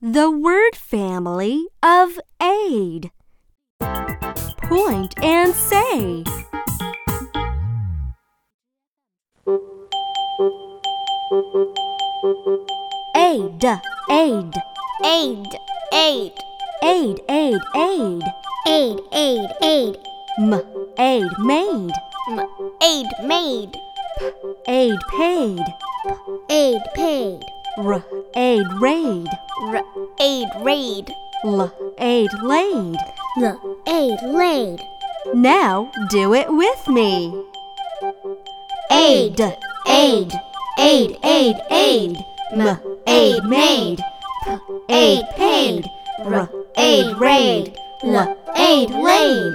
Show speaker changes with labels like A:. A: the word family of aid. Point and say. Aid, aid,
B: Aid, aid,
A: aid, aid, aid.
B: aid, aid, aid.
A: M, aid, made,
B: M- aid made,
A: aid, paid.
B: aid paid.
A: R, aid, raid.
B: R- aid raid,
A: L, aid, laid.
B: L- aid laid.
A: Now do it with me.
B: Aid, aid, aid, aid, aid.
A: M, aid, made. P, aid, paid. R, aid, raid. L, aid, laid.